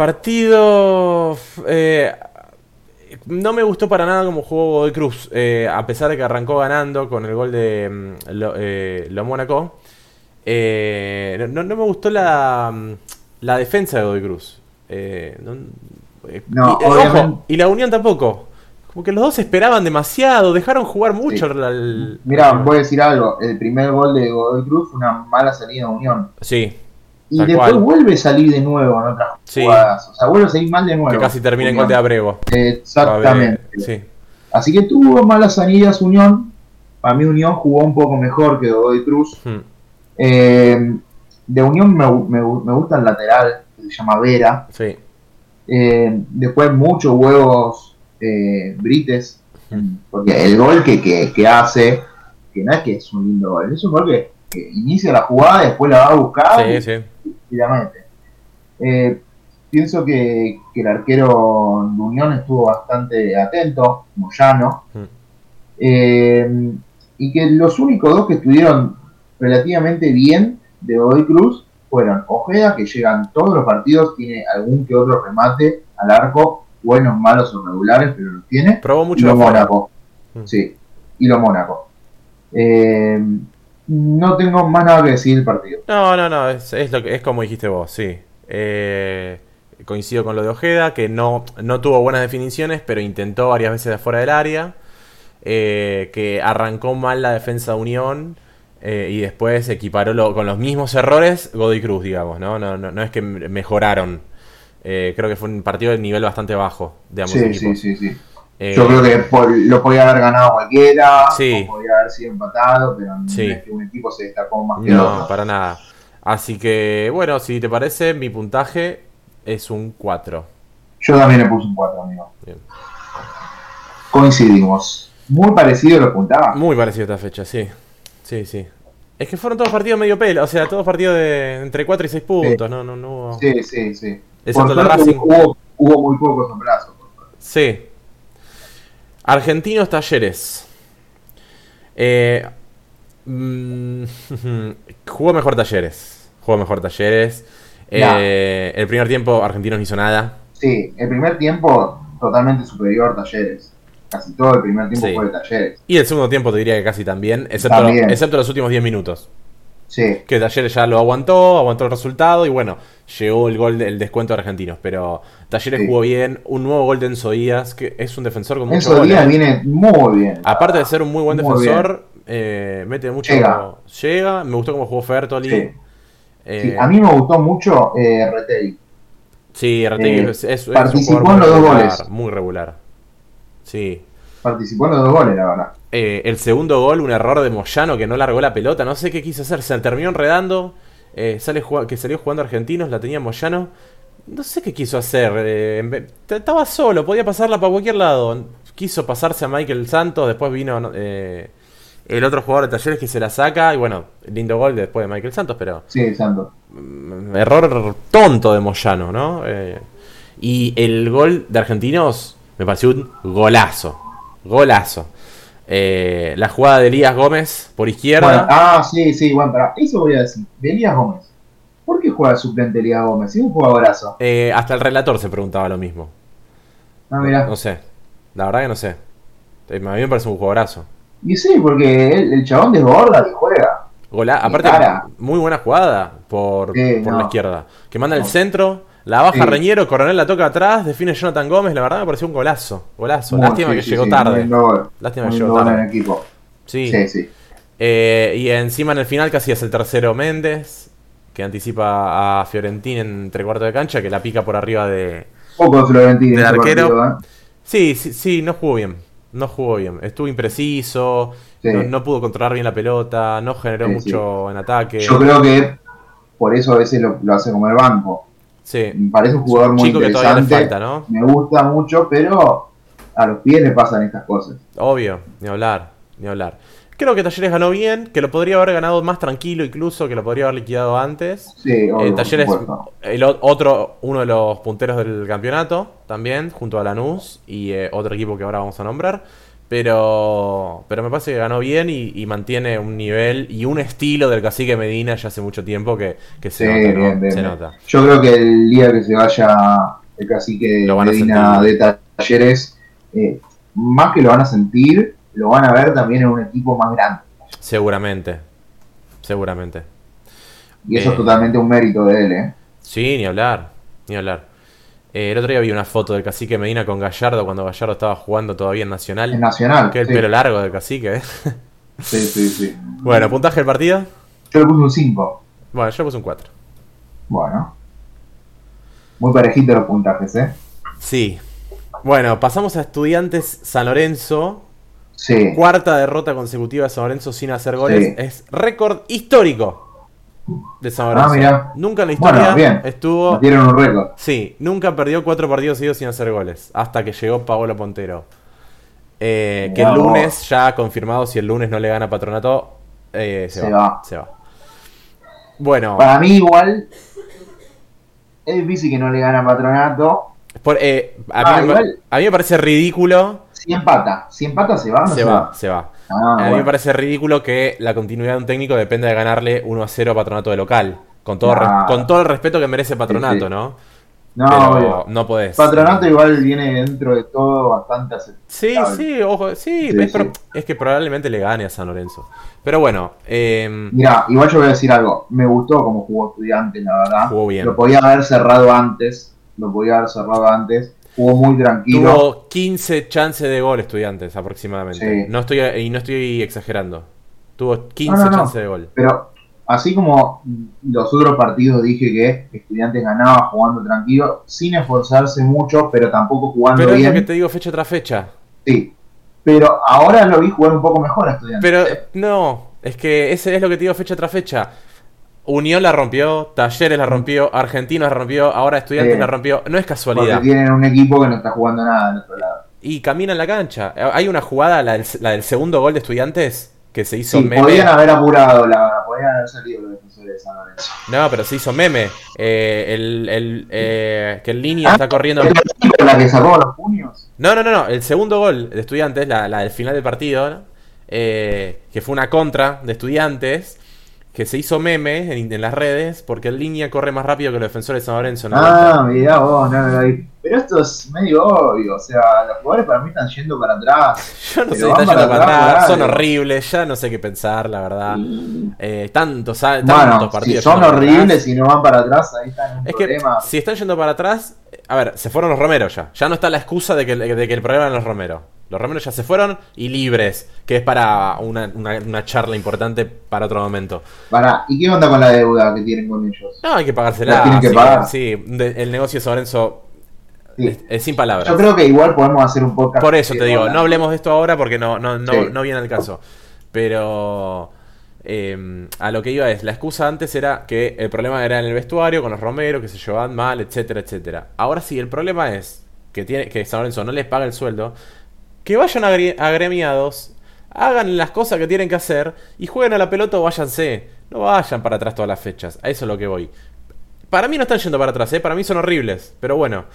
Partido. eh, no me gustó para nada como jugó Godoy Cruz. eh, a pesar de que arrancó ganando con el gol de mm, Lo, eh, Lo Mónaco. eh, no, no me gustó la, mm, la defensa de Godoy Cruz. Eh, no, eh, No, y, eh, ojo, obviamente. y la Unión tampoco. Como que los dos esperaban demasiado, dejaron jugar mucho. al- al- Mirá, voy a decir algo. El primer gol de Godoy Cruz fue una mala salida de Unión. Sí, Y Tal después cual. vuelve a salir de nuevo en otras Sí. jugadas. O sea, vuelve a salir mal de nuevo. que casi termina en Unión. gol de Abrego. Exactamente. Sí. Así que tuvo malas salidas Unión. Para mí Unión jugó un poco mejor que Godoy Cruz. Hmm. Eh, de Unión me, gu- me gu- me gusta el lateral, que se llama Vera. Sí, Eh, después muchos huevos eh, brites. Mm. Porque el gol que, que- que hace, que no es que es un lindo gol, es un gol que, que inicia la jugada, después la va a buscar sí, y- sí. y la mete. Eh, pienso que, que el arquero de Unión estuvo bastante atento, Moyano. Mm. Eh, y que los únicos dos que estuvieron relativamente bien de Godoy Cruz fueron Ojeda, que llegan todos los partidos, tiene algún que otro remate al arco, buenos, malos o regulares, pero los tiene. Probó Y mucho lo de afuera. Mónaco. Mm. Sí, y lo Mónaco. Eh, no tengo más nada que decir del partido. No, no, no, es, es lo que, es como dijiste vos, sí. Eh, coincido con lo de Ojeda, que no, no tuvo buenas definiciones, pero intentó varias veces de afuera del área. eh, que arrancó mal la defensa de Unión eh, y después equiparó lo- con los mismos errores Godoy Cruz, digamos, ¿no? No, no, no es que m- mejoraron. Eh, creo que fue un partido de nivel bastante bajo de ambos Sí, sí, equipos. sí, sí. Eh, Yo creo que por- lo podía haber ganado cualquiera, Sí. o podía haber sido empatado, pero no Sí. es que un equipo se destacó más que No, otro. para nada. Así que, bueno, si te parece, mi puntaje es un 4. Yo también le puse un 4, amigo. Bien. Coincidimos. Muy parecido lo apuntaba. Muy parecido a esta fecha, sí. Sí, sí. Es que fueron todos partidos medio pelo, o sea, todos partidos de entre 4 y 6 puntos, no, no, no hubo- Sí, sí, sí. Excepto Por la suerte Racing. hubo, hubo muy pocos abrazos. Sí. Argentinos Talleres. Eh, mm, jugó mejor Talleres. Jugó mejor Talleres. Eh, El primer tiempo Argentinos no hizo nada. Sí, el primer tiempo totalmente superior Talleres. Casi todo el primer tiempo Sí. fue de Talleres. Y el segundo tiempo te diría que casi también, excepto, También. excepto los últimos 10 minutos. Sí, Que Talleres ya lo aguantó, aguantó el resultado y bueno, llegó el gol del descuento de Argentinos. Pero Talleres Sí. jugó bien, un nuevo gol de Enzo Díaz, que es un defensor con mucho Enzo gol. Díaz eh. viene muy bien. Aparte de ser un muy buen Muy defensor, eh, mete mucho. Llega. Llega, me gustó cómo jugó Fertoli. Sí. Eh, Sí, a mí me gustó mucho eh, Retegui. sí, Artegui eh, es, es- es participó un jugador en los dos muy regular, goles. Muy regular. Sí. Participó en los dos goles, la verdad. Eh, el segundo gol, un error de Moyano que no largó la pelota, no sé qué quiso hacer, se terminó enredando, eh, sale jug- que salió jugando argentinos, la tenía Moyano, no sé qué quiso hacer, eh, en vez- t- estaba solo, podía pasarla para cualquier lado, quiso pasarse a Michael Santos, después vino no, eh, el otro jugador de talleres que se la saca, y bueno, lindo gol después de Michael Santos, pero Sí, Santos. mm, error tonto de Moyano, ¿no? Eh, y el gol de argentinos me pareció un golazo. Golazo. Eh, la jugada de Elías Gómez por izquierda. Bueno, ah, sí, sí, bueno, pará. Eso voy a decir. De Elías Gómez. ¿Por qué juega el suplente Elías Gómez? Es un jugadorazo. Eh, hasta el relator se preguntaba lo mismo. Ah, mirá. No sé. La verdad que no sé. Eh, A mí me parece un jugadorazo. Y sí, porque el, el chabón desborda y juega. Gola- Mi aparte, cara. muy buena jugada por, Sí, por no. la izquierda. Que manda el No. centro, la baja Sí. Reñero, Coronel la toca atrás, define Jonathan Gómez. La verdad me pareció un golazo. Golazo. Muy, Lástima sí, que sí, llegó sí, tarde. muy gol. Lástima que Muy llegó gol en tarde. el equipo. Sí. Sí, sí. Eh, y encima en el final casi es el tercero Méndez, que anticipa a Fiorentín en tres cuartos de cancha, que la pica por arriba de... Poco de Florentino. Del en ese arquero. partido, ¿eh? Sí, sí, sí, no jugó bien. No jugó bien. Estuvo impreciso, Sí. no, no pudo controlar bien la pelota, no generó Sí, mucho en ataque. Yo creo que por eso a veces lo, lo hace como el banco. Sí, Me parece un jugador muy chico que todavía le interesante. falta, ¿no? Me gusta mucho, pero a los pies le pasan estas cosas. Obvio, ni hablar, ni hablar. Creo que Talleres ganó bien, que lo podría haber ganado más tranquilo incluso, que lo podría haber liquidado antes. Sí, Eh, obvio, por Talleres, supuesto. el o- otro, uno de los punteros del campeonato, también, junto a Lanús y eh, otro equipo que ahora vamos a nombrar. Pero, pero me parece que ganó bien y, y mantiene un nivel y un estilo del cacique Medina ya hace mucho tiempo que, que se Sí, nota. ¿no? bien, bien, se bien. nota. Yo creo que el día que se vaya el cacique Lo van a Medina sentir. de Talleres, eh, más que lo van a sentir, lo van a ver también en un equipo más grande. Seguramente. Seguramente. Y eso Eh. es totalmente un mérito de él, ¿eh? Sí, ni hablar, ni hablar. Eh, el otro día vi una foto del cacique Medina con Gallardo cuando Gallardo estaba jugando todavía en Nacional. Es nacional. Que el sí, pelo largo del cacique. ¿eh? sí, sí, sí. Bueno, pues- puntaje del partido. Yo le puse un 5. Bueno, yo le puse un 4. Bueno. Muy parejito los puntajes, ¿eh? Sí. Bueno, pasamos a Estudiantes San Lorenzo. Sí. Cuarta derrota consecutiva de San Lorenzo sin hacer goles. Sí. Es récord histórico de San Ah, Lorenzo. mirá. Nunca en la Bueno, historia bien. estuvo. Metieron un récord. Sí, nunca perdió cuatro partidos seguidos sin hacer goles, hasta que llegó Paolo Pontero. Eh, que el Vamos. lunes, ya ha confirmado, si el lunes no le gana Patronato, eh, se, Se va, va. Se va. Bueno, Para mí igual es difícil que no le gana a Patronato. por- eh, a, Ah, mí, me- igual. a mí me parece ridículo. Si empata, si empata se va, no Se va, Eh, se va. Ah, a mí me bueno. parece ridículo que la continuidad de un técnico dependa de ganarle 1 a 0 a Patronato de local. Con todo, re- Ah. con todo el respeto que merece Patronato, Sí, sí. ¿no? No, Pero obvio. no podés. Patronato igual viene dentro de todo bastante aceptable. Sí, sí, ojo, sí, Sí, es, pro- sí. es que probablemente le gane a San Lorenzo. Pero bueno, eh, Mirá, igual yo voy a decir algo. Me gustó cómo jugó estudiante, la verdad. Jugó bien. Lo podía haber cerrado antes. Lo podía haber cerrado antes. Jugó muy tranquilo. tuvo 15 chances de gol estudiantes aproximadamente. Sí. No estoy, y no estoy exagerando. Tuvo 15 No, no, no. chances de gol. Pero así como los otros partidos dije que estudiantes ganaba jugando tranquilo, sin esforzarse mucho, pero tampoco jugando Pero es bien. lo que te digo fecha tras fecha. Sí. Pero ahora lo vi jugar un poco mejor a Estudiantes. ¿eh? Pero no, es que ese es lo que te digo fecha tras fecha. Unión la rompió, Talleres la rompió, Argentinos la rompió, ahora Estudiantes Sí. la rompió. No es porque casualidad. tienen un equipo que no está jugando nada del otro lado. Y camina en la cancha. Hay una jugada, la del, la del segundo gol de Estudiantes, que se hizo Sí, meme. podían haber apurado, la verdad. Podían haber salido los defensores de San Lorenzo. No, pero se hizo meme. Eh, el, el, eh, que el Ah, línea está corriendo. ¿Es la chica la que sacó los puños? No, no, no, no. El segundo gol de Estudiantes, la, la del final del partido, ¿no? Eh, que fue una contra de Estudiantes, que se hizo meme en, en las redes porque el línea corre más rápido que los defensores de San Lorenzo. ¿no? Ah, mirá vos, no lo vi. Pero esto es medio obvio. O sea, los jugadores para mí están yendo para atrás. Yo no pero sé, están van yendo para para atrás, atrás, son dale. horribles, ya no sé qué pensar, la verdad. Y- Eh, tantos, tantos Bueno, si partidos. son yendo para atrás. horribles y no van para atrás, ahí están en un Es que problema. si están yendo para atrás, a ver, se fueron los romeros ya. Ya no está la excusa de que, de que el problema eran los romeros. Los romeros ya se fueron y libres, que es para una, una- una charla importante para otro momento. Pará, ¿y qué onda con la deuda que tienen con ellos? No, hay que pagársela. La tienen que sí, pagar. sí, de- el negocio de Sorenzo Sí. es, es sin palabras. Yo creo que igual podemos hacer un podcast. Este, Por eso te de digo, dólar. no hablemos de esto ahora porque no, no, no, Sí. no viene al caso. Pero eh, a lo que iba es, la excusa antes era que el problema era en el vestuario, con los romeros, que se llevaban mal, etcétera, etcétera. Ahora sí, el problema es que, tiene, que San Lorenzo no les paga el sueldo, que vayan agre- agremiados, hagan las cosas que tienen que hacer y jueguen a la pelota o váyanse. No vayan para atrás todas las fechas, a eso es lo que voy. Para mí no están yendo para atrás, ¿eh? para mí son horribles, pero bueno.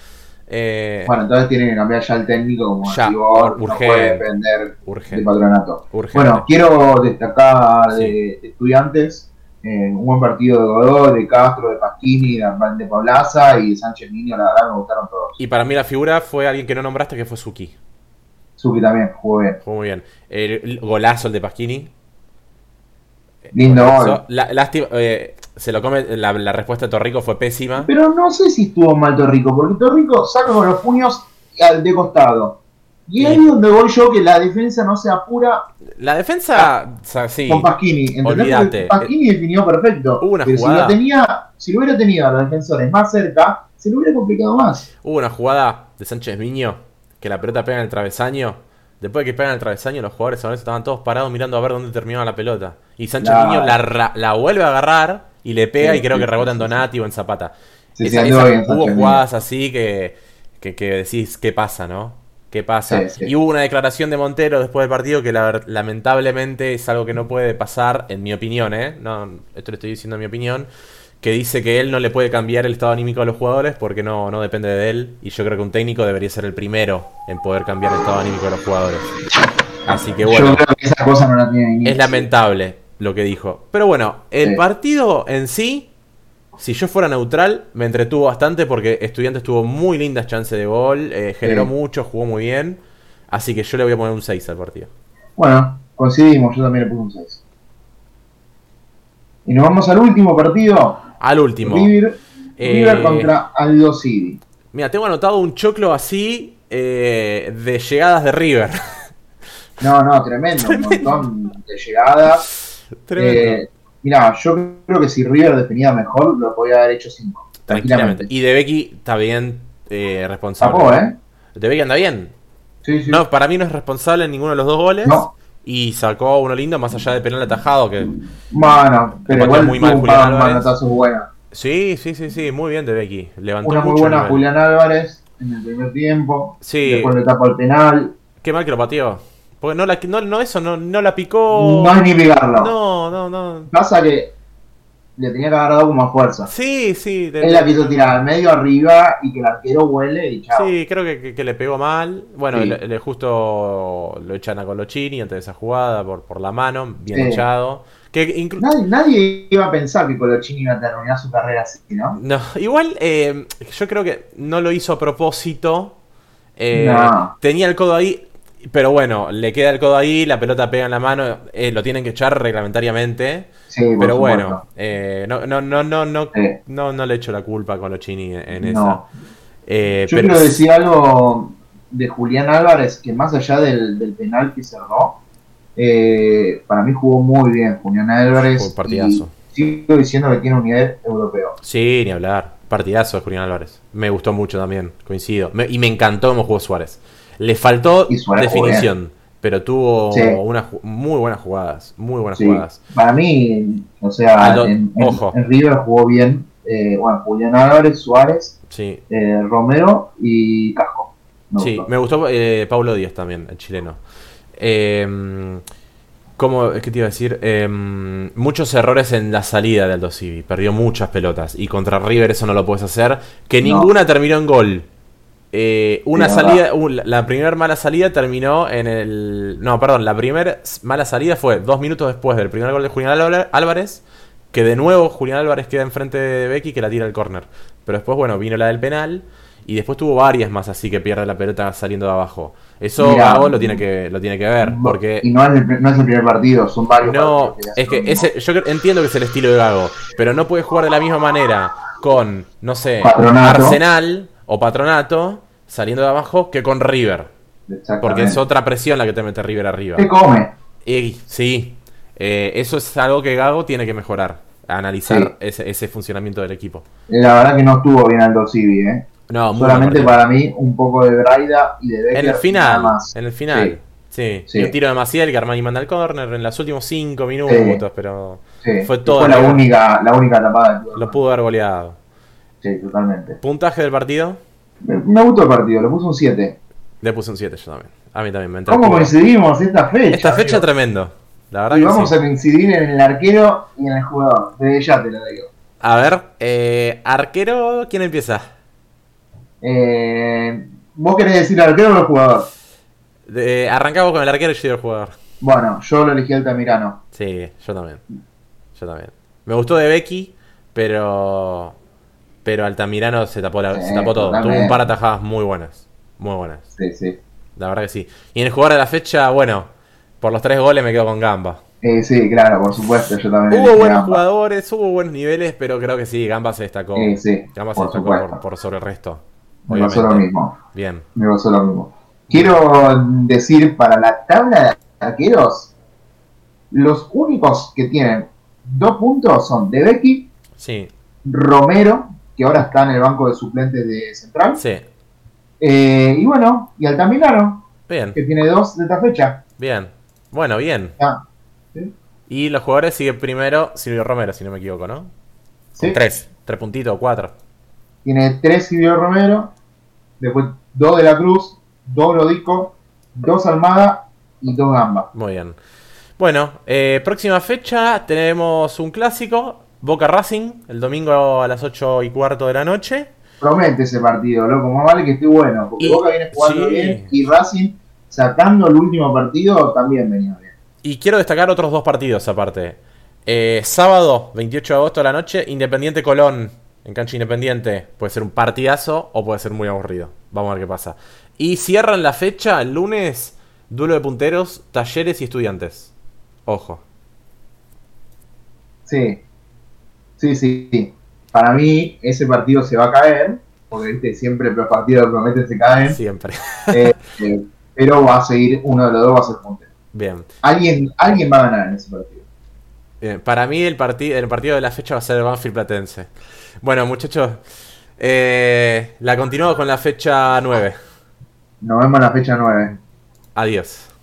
Eh, Bueno, entonces tienen que cambiar ya el técnico, como Ya, digo, ahora, no urgente. puede depender urgente. del patronato. urgente. Bueno, quiero destacar de, Sí. de estudiantes eh, un buen partido de Godó, de Castro, de Pasquini, de, de Pablaza y de Sánchez Niño, la verdad me gustaron todos. y para mí la figura fue alguien que no nombraste, que fue Suki. Suki también jugó bien. Jugó muy bien. El, el golazo el de Pasquini. Eh, Lindo Golazo. gol. La- lástima, eh, se lo come, la, la respuesta de Torrico fue pésima. Pero no sé si estuvo mal Torrico, porque Torrico saca con los puños al de costado. Y ahí es donde voy yo que la defensa no se apura La defensa, o sea, sí. Ah. con Pasquini. ¿entendés? Olvídate. Eh, Porque Pasquini definió perfecto. Hubo una pero si jugada. lo, tenía, si lo hubiera tenido a los defensores más cerca, se lo hubiera complicado más. Hubo una jugada de Sánchez Miño que la pelota pega en el travesaño. Después de que pegan el travesaño, los jugadores ahora estaban todos parados mirando a ver dónde terminaba la pelota. Y Sánchez Claro. Miño la, ra- la vuelve a agarrar y le pega Sí, y creo sí, que rebota en sí, sí. Donati o en Zapata. Se Esa- siendo esa- bien hubo Sánchez Miño. jugadas así que, que, que decís, ¿qué pasa, no? ¿Qué pasa? Sí, sí. Y hubo una declaración de Montero después del partido que la ver- lamentablemente es algo que no puede pasar, en mi opinión, ¿eh? No, esto le estoy diciendo en mi opinión, que dice que él no le puede cambiar el estado anímico a los jugadores porque no, no depende de él. Y yo creo que un técnico debería ser el primero en poder cambiar el estado anímico de los jugadores. Así que bueno. Yo creo que esa cosa no la tiene ni Es lamentable lo que dijo. Pero bueno, el Sí. partido en sí, si yo fuera neutral, me entretuvo bastante porque Estudiantes tuvo muy lindas chances de gol, eh, generó Sí. mucho, jugó muy bien. Así que yo le voy a poner un 6 al partido. Bueno, coincidimos, yo también le puse un 6. Y nos vamos al último partido. Al último. River, Eh, River contra Aldo City. Mira, tengo anotado un choclo así eh, de llegadas de River. Eh, No, no, tremendo, un montón de llegadas. Tremendo. Eh, mirá, yo creo que si River definía mejor, lo podía haber hecho 5. Tranquilamente. Y De Becky está bien eh, responsable. Tapó, ¿eh? De Becky anda bien. Sí, sí. No, para mí no es responsable en ninguno de los dos goles. No. Y sacó uno lindo más allá de penal atajado. Que... Bueno, pero Igual que igual muy muy mal un Julián par de Álvarez. manotazos buenos. Sí, sí, sí, sí. Muy bien de Becky. Levantó Una muy mucho el buena nivel. Julián Álvarez en el primer tiempo. Sí. Después le tapa el penal. Qué mal que lo pateó. Porque no, la, no, no eso, no, no la picó. No es ni pegarlo. Oh. No, no, no. Pasa que le tenía que haber dado con más fuerza. Sí, sí. de- Él la quiso tirar al medio arriba y que el arquero huele y chao. Sí, creo que, que- que le pegó mal. Bueno, Sí. le, le- justo lo echan a Colochini antes de esa jugada por, por la mano. Bien Sí. echado. Que inclu- Nadie, nadie iba a pensar que Colochini iba a terminar su carrera así, ¿no? No, igual eh, yo creo que no lo hizo a propósito. Eh, No. Tenía el codo ahí, pero bueno, le queda el codo ahí, la pelota pega en la mano, eh, lo tienen que echar reglamentariamente. Sí, por pero bueno, supuesto. eh, no, no, no, no, no, Sí. no, no le echo la culpa a Colochini en, en No. esa. Eh, Yo pero quiero decir algo de Julián Álvarez, que más allá del, del penal que cerró, eh, para mí jugó muy bien Julián Álvarez. Fue un partidazo. y Sigo diciendo que tiene un nivel europeo. Sí, ni hablar. Partidazo de Julián Álvarez. Me gustó mucho también, coincido. Me- y me encantó cómo jugó Suárez. Le faltó Y Suárez jugó definición, pero tuvo Sí. unas ju- muy buenas jugadas, muy buenas Sí. jugadas. Para mí, o sea, Aldo, en, en- ojo. en River jugó bien, eh, bueno, Julián Álvarez, Suárez, Sí, eh, Romero y Casco. Me sí, gustó. me gustó eh, Paulo Díaz también, el chileno. Eh, ¿cómo, ¿Qué te iba a decir? Eh, muchos errores en la salida de Aldo Civi, perdió muchas pelotas y contra River eso no lo puedes hacer, que No. ninguna terminó en gol. Eh, una Sí, la salida, un- la primera mala salida terminó en el. No, perdón, la primera mala salida fue dos minutos después del primer gol de Julián Álvar- Álvarez, que de nuevo Julián Álvarez queda enfrente de Becky que la tira al córner. Pero después, bueno, vino la del penal y después tuvo varias más así que pierde la pelota saliendo de abajo. Eso Mirá. Gago lo tiene que, lo tiene que ver, porque y no es, el, no es el primer partido, son varios. no, partidos le hacen es que lo mismo. ese, yo cre- entiendo que es el estilo de Gago, pero no puede jugar de la misma manera con, no sé, Patronato. eh, Arsenal o Patronato saliendo de abajo que con River, porque Exactamente. es otra presión la que te mete River arriba. Te come. Y, sí, eh, eso es algo que Gago tiene que mejorar, analizar ese, ese funcionamiento del equipo. Eh, La verdad que no estuvo bien Aldo Civi, ¿eh? No, muy Solamente buen partido. para mí un poco de Braida y de Becker. en el final, nada más. en el final. Sí, Sí. el tiro de Maciel que Armani manda al córner en los últimos cinco minutos, pero Sí. Fue todo Fue la River. única, la única tapada. del lo pudo haber goleado. Sí, totalmente. ¿Puntaje del partido? Me, me gustó el partido, le puse un 7. Le puse un 7 yo también. A mí también me entró. ¿Cómo coincidimos esta fecha? Esta fecha amigo? tremendo. La verdad Y que vamos sí. a coincidir en el arquero y en el jugador. Desde ya te lo digo. A ver, eh, arquero, ¿quién empieza? Eh, ¿Vos querés decir arquero o el jugador? De- arrancamos con el arquero y yo el jugador. Bueno, yo lo elegí Altamirano. Sí, yo también. Yo también. Me gustó de Becky, pero. Pero Altamirano se tapó, la- Sí, se tapó todo. Tuvo un totalmente. par de atajadas muy buenas. Muy buenas. Sí, sí. La verdad que sí. Y en el jugador de la fecha, bueno, por los tres goles me quedo con Gamba. Eh, sí, claro, por supuesto, yo también Hubo elegí buenos Gamba. jugadores, hubo buenos niveles, pero creo que sí, Gamba se destacó. Eh, sí, Gamba se por destacó supuesto. por, por sobre el resto. Me pasó lo obviamente. mismo. Bien. Me pasó lo mismo. Quiero decir, para la tabla de arqueros, los únicos que tienen dos puntos son De Becky, Sí, Romero, que ahora está en el banco de suplentes de Central, sí. eh, y bueno, y Altamirano, Bien, que tiene dos de esta fecha. bien. Bueno, bien. Ah, Y los jugadores sigue primero Silvio Romero, si no me equivoco, ¿no? ¿sí? Tres. Tres puntitos, cuatro. Tiene tres Silvio Romero, después dos de la Cruz, dos Lodico, dos Almada y dos Gamba. Muy bien. Bueno, eh, próxima fecha tenemos un clásico, Boca Racing, el domingo a las 8 y cuarto de la noche. promete ese partido, loco. Más vale que esté bueno, porque Y- Boca viene jugando sí. bien y Racing sacando el último partido también venía bien. Y quiero destacar otros dos partidos aparte. Eh, sábado, 28 de agosto de la noche, Independiente Colón, en cancha Independiente. Puede ser un partidazo o puede ser muy aburrido. Vamos a ver qué pasa. Y cierran la fecha, el lunes, duelo de punteros, talleres y estudiantes. Ojo. Sí, sí, sí. sí. Para mí ese partido se va a caer, porque viste, siempre los partidos que prometen se caen, Siempre. Eh, eh, pero va a seguir, uno de los dos va a ser puntero. Bien. Alguien, alguien va a ganar en ese partido. Bien, para mí el, parti- el partido de la fecha va a ser el Banfield Platense. Bueno, muchachos, eh, la continuamos con la fecha 9. Nos vemos en la fecha 9. Adiós.